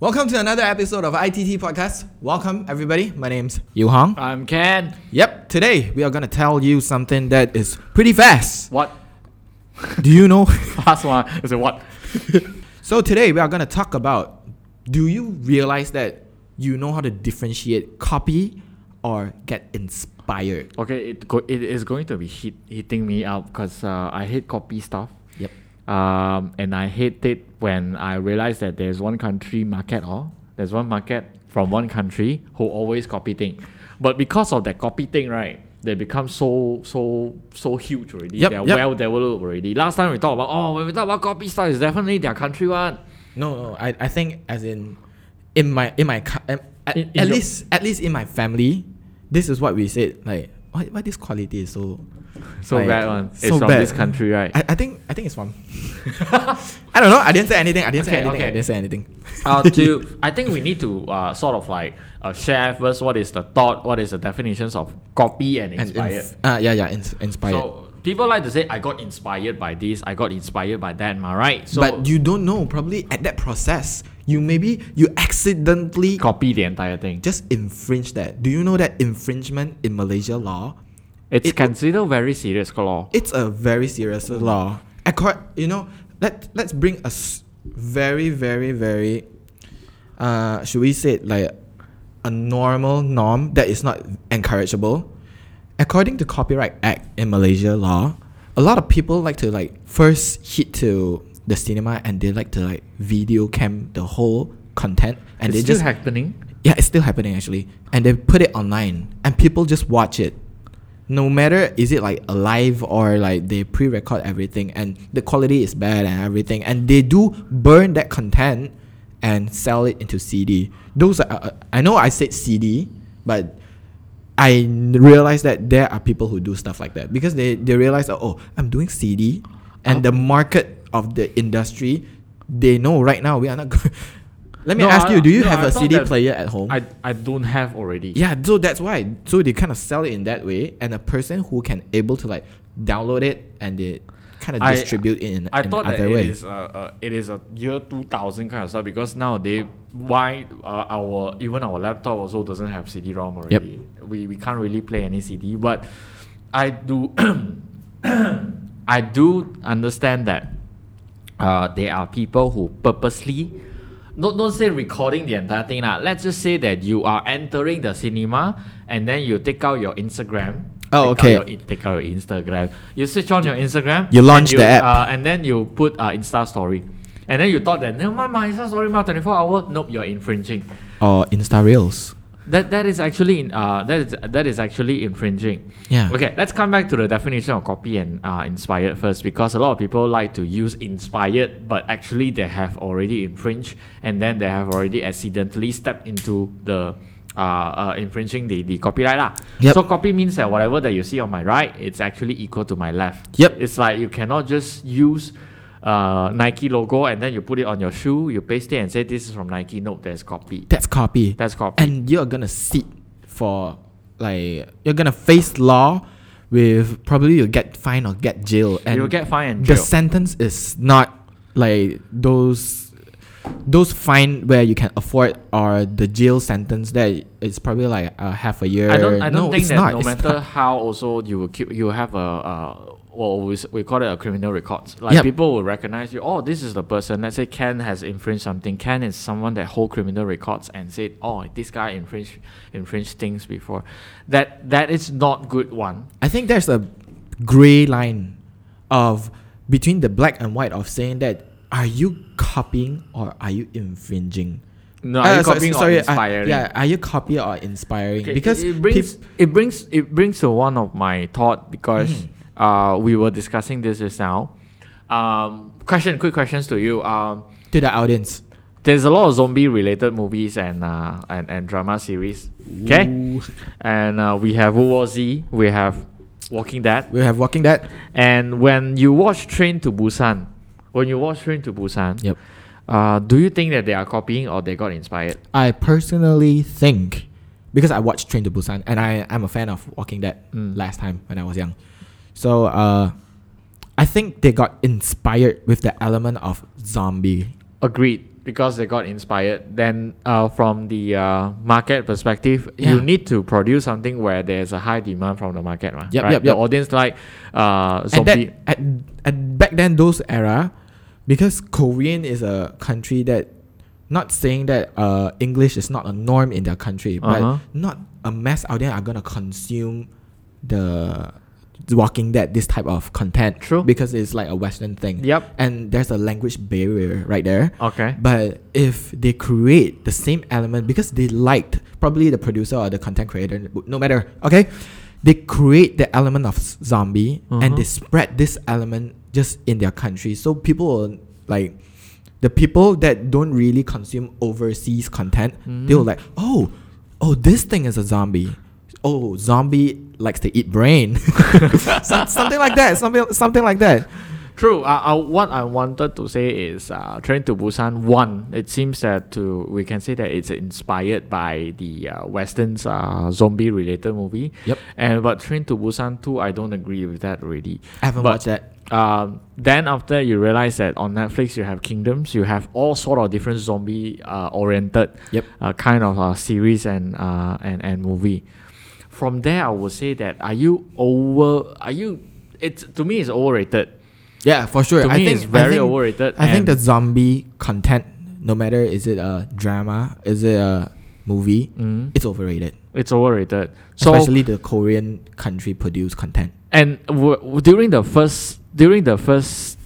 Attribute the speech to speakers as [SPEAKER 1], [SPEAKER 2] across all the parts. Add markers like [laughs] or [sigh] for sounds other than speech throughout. [SPEAKER 1] Welcome to another episode of ITT Podcast. Welcome, everybody. My name's Yu Hong.
[SPEAKER 2] I'm Ken.
[SPEAKER 1] Yep, today we are going to tell you something that is pretty fast.
[SPEAKER 2] What? [laughs]
[SPEAKER 1] Do you know? [laughs]
[SPEAKER 2] Last one is a what?
[SPEAKER 1] so, today we are going to talk about do you realize that you know how to differentiate copy or get inspired?
[SPEAKER 2] Okay, it go, it is going to be hit, hitting me up because uh, I hate copy stuff.
[SPEAKER 1] Yep.
[SPEAKER 2] Um, and I hate it when I realize that there's one country market or there's one market from one country who always copy thing, but because of that copy thing, right? They become so so so huge already.
[SPEAKER 1] Yep,
[SPEAKER 2] They're
[SPEAKER 1] yep.
[SPEAKER 2] well developed already. Last time we talked about oh when we talk about copy stuff, it's definitely their country one.
[SPEAKER 1] No, no. I, I think as in in my in my cu- um, at,
[SPEAKER 2] In- in
[SPEAKER 1] at
[SPEAKER 2] your-
[SPEAKER 1] least at least in my family, this is what we said. Like, why, why this quality is so
[SPEAKER 2] So
[SPEAKER 1] like,
[SPEAKER 2] bad one. It's
[SPEAKER 1] so
[SPEAKER 2] from
[SPEAKER 1] bad.
[SPEAKER 2] this country, right?
[SPEAKER 1] I, I think I think it's from. [laughs] I don't know. I didn't say anything. I didn't say
[SPEAKER 2] Okay,
[SPEAKER 1] anything. I
[SPEAKER 2] okay.
[SPEAKER 1] didn't say anything. [laughs]
[SPEAKER 2] uh, to I think we need to uh, sort of like uh, share first what is the thought, what is the definitions of copy and
[SPEAKER 1] And
[SPEAKER 2] inspired.
[SPEAKER 1] inf- uh, yeah, yeah, ins- inspired.
[SPEAKER 2] so people like to say I got inspired by this, I got inspired by that, am I right? So
[SPEAKER 1] but you don't know. Probably at that process, you maybe you accidentally
[SPEAKER 2] copy the entire thing.
[SPEAKER 1] just infringe that. Do you know that infringement in Malaysia law?
[SPEAKER 2] It's
[SPEAKER 1] it-
[SPEAKER 2] considered very serious law. Mm.
[SPEAKER 1] It's a very serious law. Accord, you know, let let's bring a s- very, very, very, uh, should we say it like a normal norm that is not encourageable. According to Copyright Act in Malaysia law, a lot of people like to like first hit to the cinema and they like to like video cam the whole content and
[SPEAKER 2] it's
[SPEAKER 1] they
[SPEAKER 2] still
[SPEAKER 1] just
[SPEAKER 2] happening.
[SPEAKER 1] yeah, it's still happening actually. And they put it online and people just watch it. No matter is it like live or like they pre record everything and the quality is bad and everything. And they do burn that content and sell it into CD. Those are, uh, I know I said CD, but I n- realize that there are people who do stuff like that because they, they realize that, oh, I'm doing CD and
[SPEAKER 2] Oh.
[SPEAKER 1] the market of the industry, they know right now we are not. [laughs] go- Let me
[SPEAKER 2] No,
[SPEAKER 1] ask
[SPEAKER 2] I-
[SPEAKER 1] you, do you
[SPEAKER 2] no,
[SPEAKER 1] have
[SPEAKER 2] I
[SPEAKER 1] a
[SPEAKER 2] thought
[SPEAKER 1] CD
[SPEAKER 2] that-
[SPEAKER 1] player at home?
[SPEAKER 2] I, I don't have already.
[SPEAKER 1] yeah, so that's why. So they kind of sell it in that way, and a person who can able to like download it and they kind of
[SPEAKER 2] I-
[SPEAKER 1] distribute it in,
[SPEAKER 2] I
[SPEAKER 1] in
[SPEAKER 2] thought that
[SPEAKER 1] other
[SPEAKER 2] it
[SPEAKER 1] way.
[SPEAKER 2] is, uh, uh, it is a year 2000 kind of stuff because nowadays why uh, our even our laptop also doesn't have CD-ROM already. We, we can't really play any CD. But I do [clears throat] I do understand that uh, there are people who purposely don't, don't say recording the entire thing lah. Let's just say that you are entering the cinema and then you take out your Instagram.
[SPEAKER 1] Oh,
[SPEAKER 2] take out
[SPEAKER 1] okay.
[SPEAKER 2] your in- take out your Instagram. You switch on your Instagram.
[SPEAKER 1] You launch
[SPEAKER 2] and
[SPEAKER 1] the app.
[SPEAKER 2] Uh, and then you put uh, Insta story. And then you thought that never mind my Insta story, my 24 hour. Nope, you're infringing.
[SPEAKER 1] Or Insta Reels.
[SPEAKER 2] That that is actually in, uh that is that is actually infringing.
[SPEAKER 1] Yeah.
[SPEAKER 2] Okay, let's come back to the definition of copy and uh, inspired first because a lot of people like to use inspired, but actually they have already infringed and then they have already accidentally stepped into the uh, uh infringing the, the copyright lah.
[SPEAKER 1] Yep.
[SPEAKER 2] So copy means that whatever that you see on my right, it's actually equal to my left.
[SPEAKER 1] Yep.
[SPEAKER 2] It's like you cannot just use uh, Nike logo and then you put it on your shoe, you paste it and say this is from Nike. Nope, that's copy.
[SPEAKER 1] That's copy.
[SPEAKER 2] That's copy.
[SPEAKER 1] And you're gonna sit for like you're gonna face law with probably you'll get fined or get jail. And
[SPEAKER 2] You'll get fined and
[SPEAKER 1] The
[SPEAKER 2] jail.
[SPEAKER 1] sentence is not like those those fine where you can afford or the jail sentence that it's probably like uh, half a year.
[SPEAKER 2] I don't. I don't
[SPEAKER 1] no,
[SPEAKER 2] think
[SPEAKER 1] it's
[SPEAKER 2] that
[SPEAKER 1] not.
[SPEAKER 2] no
[SPEAKER 1] it's
[SPEAKER 2] matter
[SPEAKER 1] not.
[SPEAKER 2] how also you will keep you have a uh, well we, s- we call it a criminal records. Like
[SPEAKER 1] Yep.
[SPEAKER 2] people will recognize you. Oh, this is the person. Let's say Ken has infringed something. Ken is someone that hold criminal records and said, oh, this guy infringed infringed things before. That that is not good one.
[SPEAKER 1] I think there's a gray line of between the black and white of saying that are you copying or are you infringing?
[SPEAKER 2] No,
[SPEAKER 1] Uh,
[SPEAKER 2] are you
[SPEAKER 1] so-
[SPEAKER 2] copying or
[SPEAKER 1] sorry, uh,
[SPEAKER 2] inspiring?
[SPEAKER 1] yeah, are you copying or inspiring?
[SPEAKER 2] Okay,
[SPEAKER 1] because
[SPEAKER 2] it, it brings
[SPEAKER 1] peop-
[SPEAKER 2] it brings it brings to one of my thought because
[SPEAKER 1] Mm-hmm.
[SPEAKER 2] uh, we were discussing this just now. Um, question, quick questions to you. Um,
[SPEAKER 1] to the audience.
[SPEAKER 2] there's a lot of zombie related movies and uh, and, and drama series. Okay, and uh, we have World War Z, we have Walking Dead,
[SPEAKER 1] We have Walking Dead.
[SPEAKER 2] and when you watch Train to Busan, when you watch Train to Busan,
[SPEAKER 1] Yep.
[SPEAKER 2] uh, do you think that they are copying or they got inspired?
[SPEAKER 1] I personally think because I watched Train to Busan and I am a fan of Walking Dead
[SPEAKER 2] Mm.
[SPEAKER 1] last time when I was young. So uh, I think they got inspired with the element of zombie.
[SPEAKER 2] Agreed. because they got inspired. Then uh, from the uh, market perspective,
[SPEAKER 1] Yeah.
[SPEAKER 2] you need to produce something where there's a high demand from the market, right?
[SPEAKER 1] Yep,
[SPEAKER 2] right?
[SPEAKER 1] yep,
[SPEAKER 2] The
[SPEAKER 1] yep.
[SPEAKER 2] audience like uh,
[SPEAKER 1] and that
[SPEAKER 2] zombie.
[SPEAKER 1] at, at back then those era because korean is a country that not saying that uh, english is not a norm in their country
[SPEAKER 2] Uh-huh.
[SPEAKER 1] but not a mass audience are going to consume the walking dead this type of content
[SPEAKER 2] True.
[SPEAKER 1] because it's like a western thing
[SPEAKER 2] Yep.
[SPEAKER 1] and there's a language barrier right there
[SPEAKER 2] Okay.
[SPEAKER 1] but if they create the same element because they liked probably the producer or the content creator, no matter, okay, they create the element of s- zombie and they
[SPEAKER 2] Mhm.
[SPEAKER 1] spread this element just in their country. So people will like the people that don't really consume overseas content, they will
[SPEAKER 2] Mhm.
[SPEAKER 1] like, oh, oh, this thing is a zombie. Oh, zombie likes to eat brain, [laughs] Some- something like that. Something, something like that.
[SPEAKER 2] True. Uh, uh, what I wanted to say is, uh, Train to Busan one. It seems that to we can say that it's inspired by the uh, westerns uh, zombie related movie.
[SPEAKER 1] Yep.
[SPEAKER 2] And but Train to Busan two, I don't agree with that really.
[SPEAKER 1] I haven't
[SPEAKER 2] But-
[SPEAKER 1] watched that.
[SPEAKER 2] Um, then after you realize that on Netflix you have Kingdoms, you have all sort of different zombie uh, oriented
[SPEAKER 1] Yep.
[SPEAKER 2] uh, kind of uh, series and uh, and and movie. From there, I would say that are you over? Are you? It's to me it's overrated.
[SPEAKER 1] Yeah, for sure.
[SPEAKER 2] To
[SPEAKER 1] I
[SPEAKER 2] me,
[SPEAKER 1] think
[SPEAKER 2] it's very
[SPEAKER 1] I think,
[SPEAKER 2] overrated
[SPEAKER 1] I think
[SPEAKER 2] and-
[SPEAKER 1] the zombie content, no matter is it a drama, is it a movie,
[SPEAKER 2] Mm.
[SPEAKER 1] it's overrated.
[SPEAKER 2] It's overrated. So
[SPEAKER 1] Especially the Korean country produced content.
[SPEAKER 2] and w- w- during the first during the first,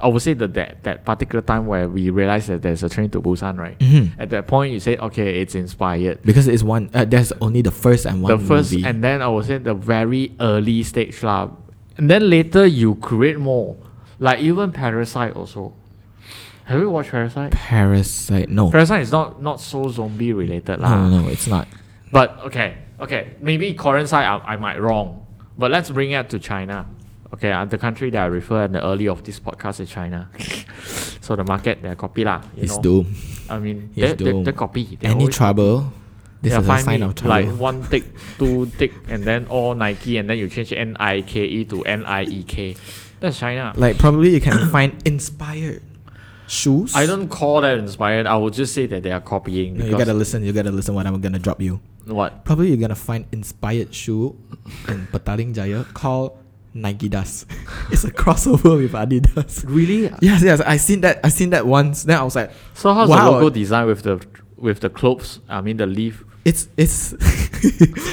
[SPEAKER 2] I would say that that, that particular time where we realized that there's a train to Busan, right?
[SPEAKER 1] Mhm.
[SPEAKER 2] At that point, you say, okay, it's inspired.
[SPEAKER 1] Because it's one. Uh, there's only the first and one
[SPEAKER 2] the first
[SPEAKER 1] movie.
[SPEAKER 2] and then I was in the very early stage lah. And then later you create more. Like even Parasite also. Have you watched Parasite?
[SPEAKER 1] Parasite. No.
[SPEAKER 2] Parasite is not not so zombie related lah.
[SPEAKER 1] no, no, no, it's not.
[SPEAKER 2] But okay, okay, maybe Korean side I, I might wrong. But let's bring it to China. Okay, uh, the country that I refer in the early of this podcast is China. [laughs] so the market they copy lah. You
[SPEAKER 1] It's
[SPEAKER 2] know?
[SPEAKER 1] doomed.
[SPEAKER 2] I mean,
[SPEAKER 1] It's
[SPEAKER 2] they, they,
[SPEAKER 1] doomed.
[SPEAKER 2] they copy. They
[SPEAKER 1] Any
[SPEAKER 2] always-
[SPEAKER 1] trouble? This
[SPEAKER 2] yeah,
[SPEAKER 1] is a
[SPEAKER 2] find
[SPEAKER 1] sign
[SPEAKER 2] me,
[SPEAKER 1] of trouble.
[SPEAKER 2] Like one tick, two tick, and then all Nike, and then you change N I K E to N I E K. That's China.
[SPEAKER 1] Like, probably you can [coughs] find inspired shoes.
[SPEAKER 2] I don't call that inspired. I would just say that they are copying.
[SPEAKER 1] No,
[SPEAKER 2] Because
[SPEAKER 1] you gotta listen. You gotta listen. What I'm gonna drop you.
[SPEAKER 2] what?
[SPEAKER 1] Probably you're gonna find inspired shoe in Petaling Jaya called Nike Dust. [laughs] it's a crossover with Adidas.
[SPEAKER 2] Really?
[SPEAKER 1] Yes, yes, I seen that. I seen that once. Then I was like,
[SPEAKER 2] So how's
[SPEAKER 1] Wow.
[SPEAKER 2] the logo design with the with the clothes? I mean the leaf.
[SPEAKER 1] it's it's. [laughs] I'm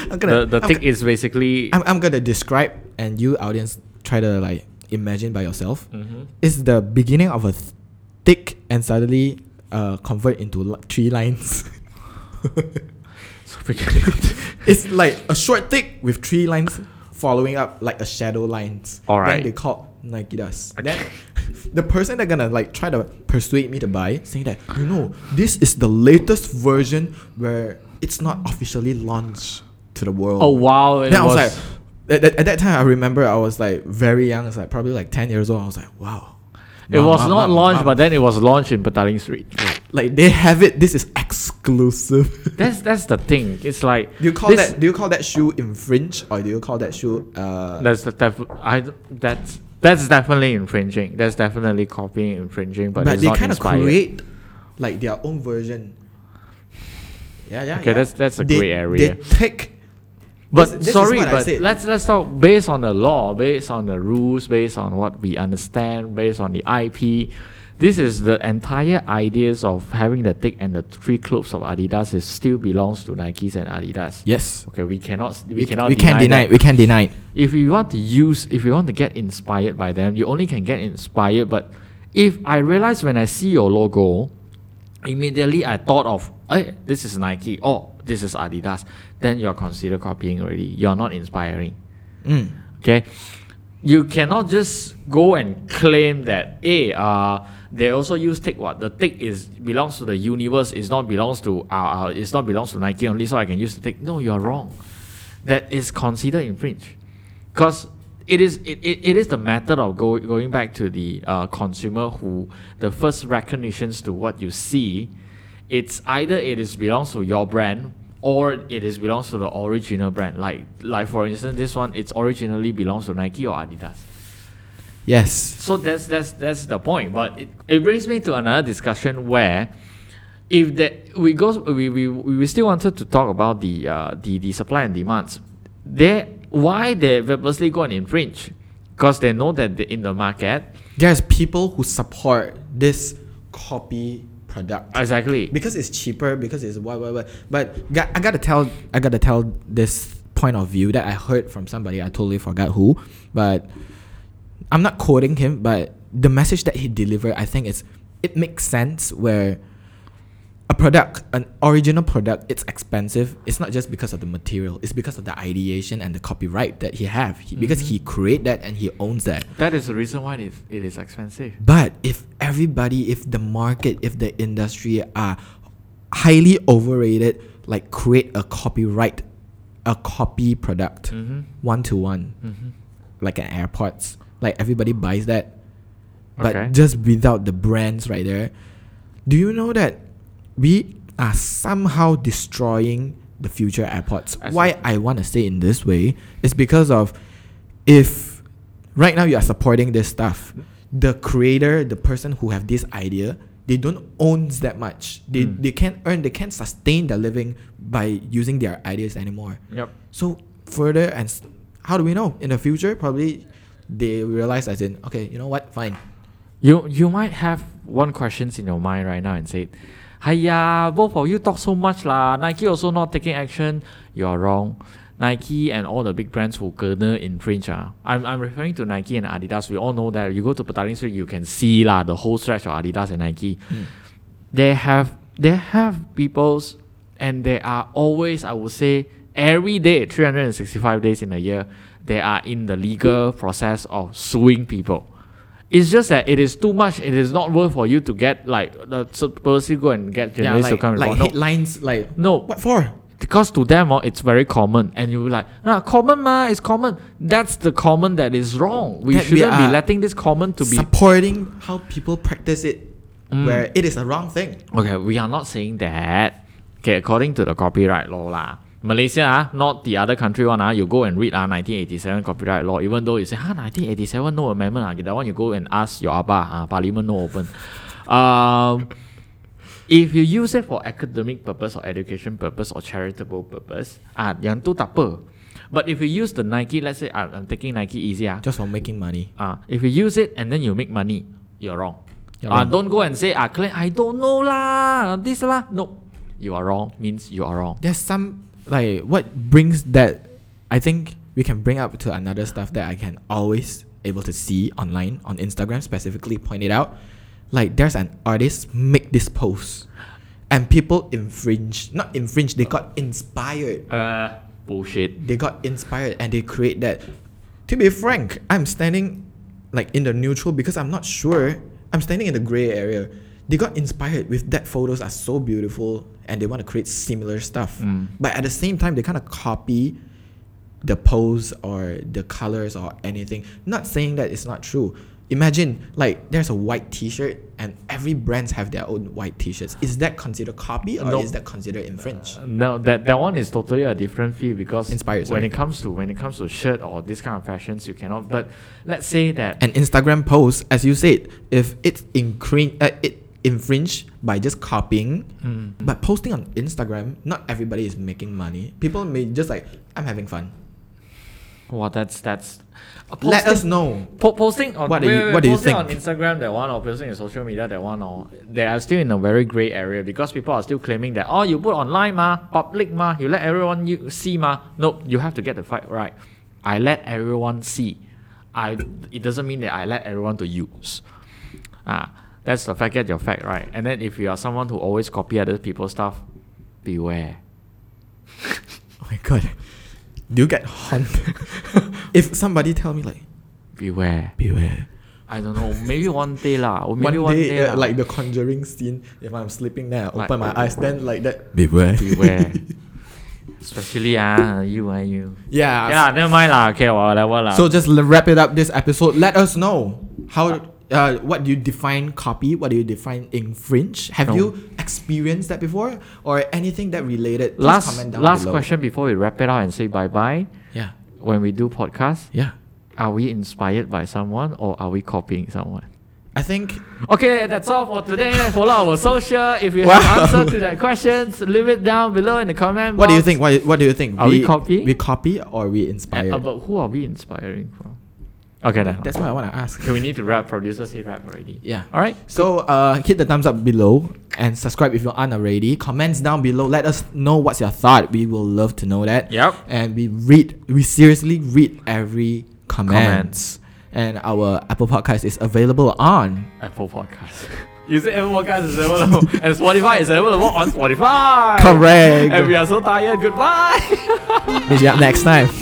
[SPEAKER 2] The
[SPEAKER 1] gonna
[SPEAKER 2] the
[SPEAKER 1] I'm
[SPEAKER 2] tick
[SPEAKER 1] go-
[SPEAKER 2] is basically.
[SPEAKER 1] I'm, I'm gonna describe and you audience try to like imagine by yourself.
[SPEAKER 2] Mhm.
[SPEAKER 1] It's the beginning of a th- thick and suddenly uh convert into li- three lines. [laughs]
[SPEAKER 2] So freaking-
[SPEAKER 1] It's like a short thick with three lines following up like a shadow lines. Then
[SPEAKER 2] Alright.
[SPEAKER 1] they call Nike Dust. Then [laughs] the person that gonna like try to persuade me to buy, saying that you know this is the latest version where it's not officially launched to the world.
[SPEAKER 2] oh wow! It
[SPEAKER 1] Then I was,
[SPEAKER 2] was,
[SPEAKER 1] like, at, at- at that time I remember I was like very young, I was like probably like ten years old. I was like, wow.
[SPEAKER 2] it
[SPEAKER 1] Wow,
[SPEAKER 2] was
[SPEAKER 1] wow,
[SPEAKER 2] not
[SPEAKER 1] wow,
[SPEAKER 2] launched,
[SPEAKER 1] wow.
[SPEAKER 2] but then it was launched in Petaling Street.
[SPEAKER 1] like they have it. This is exclusive. [laughs]
[SPEAKER 2] that's that's the thing. It's like
[SPEAKER 1] Do you call
[SPEAKER 2] this-
[SPEAKER 1] that? Do you call that shoe infringe, or do you call that shoe? Uh,
[SPEAKER 2] That's the def- I that's that's definitely infringing. That's definitely copying, infringing, but,
[SPEAKER 1] but,
[SPEAKER 2] it's
[SPEAKER 1] they
[SPEAKER 2] not
[SPEAKER 1] kind of
[SPEAKER 2] inspired.
[SPEAKER 1] create like their own version. Yeah, yeah.
[SPEAKER 2] Okay,
[SPEAKER 1] yeah.
[SPEAKER 2] that's- that's a
[SPEAKER 1] They-
[SPEAKER 2] gray area.
[SPEAKER 1] They take,
[SPEAKER 2] but
[SPEAKER 1] this- this is
[SPEAKER 2] sorry,
[SPEAKER 1] what I
[SPEAKER 2] but
[SPEAKER 1] said.
[SPEAKER 2] let's let's talk based on the law, based on the rules, based on what we understand, based on the IP. This is the entire ideas of having the tick and the three clubs of Adidas is still belongs to Nikes and Adidas.
[SPEAKER 1] yes.
[SPEAKER 2] Okay, we cannot we,
[SPEAKER 1] We,
[SPEAKER 2] cannot
[SPEAKER 1] we can deny.
[SPEAKER 2] that.
[SPEAKER 1] it, We can deny. it.
[SPEAKER 2] if you want to use if you want to get inspired by them you only can get inspired but if i realize when i see your logo immediately i thought of hey this is nike oh this is adidas then you're considered copying already you're not inspiring
[SPEAKER 1] Mm.
[SPEAKER 2] okay you cannot just go and claim that hey uh they also use tick what the tick is belongs to the universe is not belongs to uh, uh it's not belongs to nike only so i can use the tick no you're wrong that is considered infringe because it is it, it, it is the method of go, going back to the uh, consumer who the first recognitions to what you see it's either it is belongs to your brand or it is belongs to the original brand like like for instance this one it's originally belongs to nike or adidas
[SPEAKER 1] Yes.
[SPEAKER 2] so that's that's that's the point but it, it brings me to another discussion where if that we goes we, we we still wanted to talk about the uh, the the supply and demands. They why they purposely go and infringe, because they know that the, in the market
[SPEAKER 1] There's people who support this copy product
[SPEAKER 2] exactly
[SPEAKER 1] because it's cheaper because it's what what what. But ga- I gotta tell I gotta tell this point of view that I heard from somebody. I totally forgot who, but I'm not quoting him. But the message that he delivered, I think, is it makes sense where a product, an original product, it's expensive. It's not just because of the material. It's because of the ideation and the copyright that he have. He, Because he create that and he owns that.
[SPEAKER 2] that is the reason why it, it is expensive.
[SPEAKER 1] But if everybody, if the market, if the industry are highly overrated, like create a copyright, a copy product,
[SPEAKER 2] Mm. Mm-hmm.
[SPEAKER 1] one to one, like an AirPods, like everybody buys that, but
[SPEAKER 2] Okay.
[SPEAKER 1] just without the brands right there. Do you know that we are somehow destroying the future AirPods?
[SPEAKER 2] I see.
[SPEAKER 1] Why I want to say in this way is because of if right now you are supporting this stuff, the creator, the person who have this idea, they don't owns that much. They,
[SPEAKER 2] Mm.
[SPEAKER 1] they can't earn, they can't sustain their living by using their ideas anymore.
[SPEAKER 2] Yep.
[SPEAKER 1] So further and s- how do we know in the future? Probably they realize as in okay, you know what? Fine.
[SPEAKER 2] You you might have one questions in your mind right now and say, "Hiya, both of you talk so much lah. Nike also not taking action. You're wrong. Nike and all the big brands who gonna infringe ah. I'm I'm referring to Nike and Adidas. We all know that. You go to Petaling Street, you can see lah the whole stretch of Adidas and Nike. They have they have people's and they are always I would say every day 365 days in a year they are in the legal process of suing people. It's just that it is too much. It is not worth for you to get like the so purposely go and get journalists
[SPEAKER 1] like,
[SPEAKER 2] to come and
[SPEAKER 1] like
[SPEAKER 2] report. No,
[SPEAKER 1] headlines like
[SPEAKER 2] no,
[SPEAKER 1] what for?
[SPEAKER 2] because to them oh, it's very common, and you like nah, common ma, it's common. That's the common that is wrong. We
[SPEAKER 1] That we
[SPEAKER 2] shouldn't
[SPEAKER 1] are
[SPEAKER 2] be letting this common to be.
[SPEAKER 1] supporting how people practice it where it is a wrong thing.
[SPEAKER 2] okay, we are not saying that. Okay, according to the copyright law lah. Malaysia, ah, not the other country one. Ah, you go and read ah, 1987 copyright law, even though you say, huh, 1987, no amendment. Ah, that one you go and ask your Abba, ah, parliament no open. Um, If you use it for academic purpose or education purpose or charitable purpose, ah, yang tu tak apa. But if you use the Nike, let's say ah, I'm taking Nike easy ah,
[SPEAKER 1] Just for making money.
[SPEAKER 2] ah, if you use it and then you make money, you're wrong.
[SPEAKER 1] You're
[SPEAKER 2] Ah,
[SPEAKER 1] wrong.
[SPEAKER 2] don't go and say ah, claim I don't know lah, this lah. No, you are wrong means you are wrong.
[SPEAKER 1] There's some like what brings that I think we can bring up to another stuff that I can always able to see online on Instagram specifically point it out. Like there's an artist make this post and people infringe not infringe, they got inspired.
[SPEAKER 2] Uh, bullshit.
[SPEAKER 1] They got inspired and they create that. To be frank, I'm standing like in the neutral because I'm not sure. I'm standing in the gray area. They got inspired with that photos are so beautiful and they want to create similar stuff. But at the same time they kind of copy the pose or the colors or anything. Not saying that it's not true. Imagine like there's a white t-shirt and every brands have their own white t-shirts. Is that considered copy or
[SPEAKER 2] No.
[SPEAKER 1] is that considered infringe?
[SPEAKER 2] No, that that one is totally a different fee because
[SPEAKER 1] Inspired,
[SPEAKER 2] when
[SPEAKER 1] sorry.
[SPEAKER 2] it comes to when it comes to shirt or this kind of fashions, you cannot. But let's say that
[SPEAKER 1] an Instagram post, as you said, if it's incre- uh, it infringed by just copying,
[SPEAKER 2] Mm.
[SPEAKER 1] but posting on Instagram, not everybody is making money. People may just like, I'm having fun.
[SPEAKER 2] Well, that's that's. uh,
[SPEAKER 1] Let
[SPEAKER 2] posting-
[SPEAKER 1] us
[SPEAKER 2] [laughs]
[SPEAKER 1] know.
[SPEAKER 2] Po- posting on
[SPEAKER 1] What do
[SPEAKER 2] wait,
[SPEAKER 1] you-
[SPEAKER 2] wait,
[SPEAKER 1] what do you
[SPEAKER 2] posting
[SPEAKER 1] think?
[SPEAKER 2] on Instagram that one or posting in social media that one or they are still in a very gray area because people are still claiming that oh you put online ma public ma you let everyone you see ma nope you have to get the fight right I let everyone see I it doesn't mean that I let everyone to use ah that's the fact get your fact right and then if you are someone who always copy other people's stuff beware
[SPEAKER 1] Oh my god, do you get haunted? [laughs] if somebody tell me like,
[SPEAKER 2] beware
[SPEAKER 1] beware.
[SPEAKER 2] I don't know maybe one day lah or
[SPEAKER 1] One
[SPEAKER 2] maybe
[SPEAKER 1] day,
[SPEAKER 2] one day,
[SPEAKER 1] uh,
[SPEAKER 2] lah.
[SPEAKER 1] like the Conjuring scene, if I'm sleeping then I
[SPEAKER 2] Like-
[SPEAKER 1] open my eyes, then like that. [laughs] Beware.
[SPEAKER 2] beware. Especially ah, you ah you.
[SPEAKER 1] yeah.
[SPEAKER 2] Yeah, never mind lah. Okay, whatever lah.
[SPEAKER 1] So just l- wrap it up this episode. Let us know how uh, what do you define copy? What do you define infringe? Have
[SPEAKER 2] No.
[SPEAKER 1] you experienced that before or anything that related? Please
[SPEAKER 2] last
[SPEAKER 1] comment down
[SPEAKER 2] last
[SPEAKER 1] below.
[SPEAKER 2] question before we wrap it up and say bye bye.
[SPEAKER 1] Yeah,
[SPEAKER 2] When we do podcast,
[SPEAKER 1] yeah.
[SPEAKER 2] are we inspired by someone or are we copying someone?
[SPEAKER 1] I think
[SPEAKER 2] Okay, that's all for [laughs] today. Follow our social. If you
[SPEAKER 1] Wow.
[SPEAKER 2] have answer to that questions, leave it down below in the comment.
[SPEAKER 1] What do you
[SPEAKER 2] box.
[SPEAKER 1] think? What, what do you think?
[SPEAKER 2] Are we copy?
[SPEAKER 1] We copy or we inspire?
[SPEAKER 2] Uh, but who are we inspiring from? Okay, then.
[SPEAKER 1] That's what I want to ask.
[SPEAKER 2] Okay, [laughs] we need to wrap. Producers hit wrap already.
[SPEAKER 1] Yeah.
[SPEAKER 2] All right.
[SPEAKER 1] So uh, hit the thumbs up below and subscribe if you aren't already. Comments down below. Let us know what's your thought. We will love to know that.
[SPEAKER 2] Yep.
[SPEAKER 1] And we read. We seriously read every
[SPEAKER 2] Comments.
[SPEAKER 1] comments. And our Apple Podcast is available on
[SPEAKER 2] Apple Podcast. [laughs] You say Apple Podcast is [laughs] available and Spotify is available on Spotify.
[SPEAKER 1] Correct.
[SPEAKER 2] And we are so [laughs] tired. Goodbye.
[SPEAKER 1] Meet you up next time.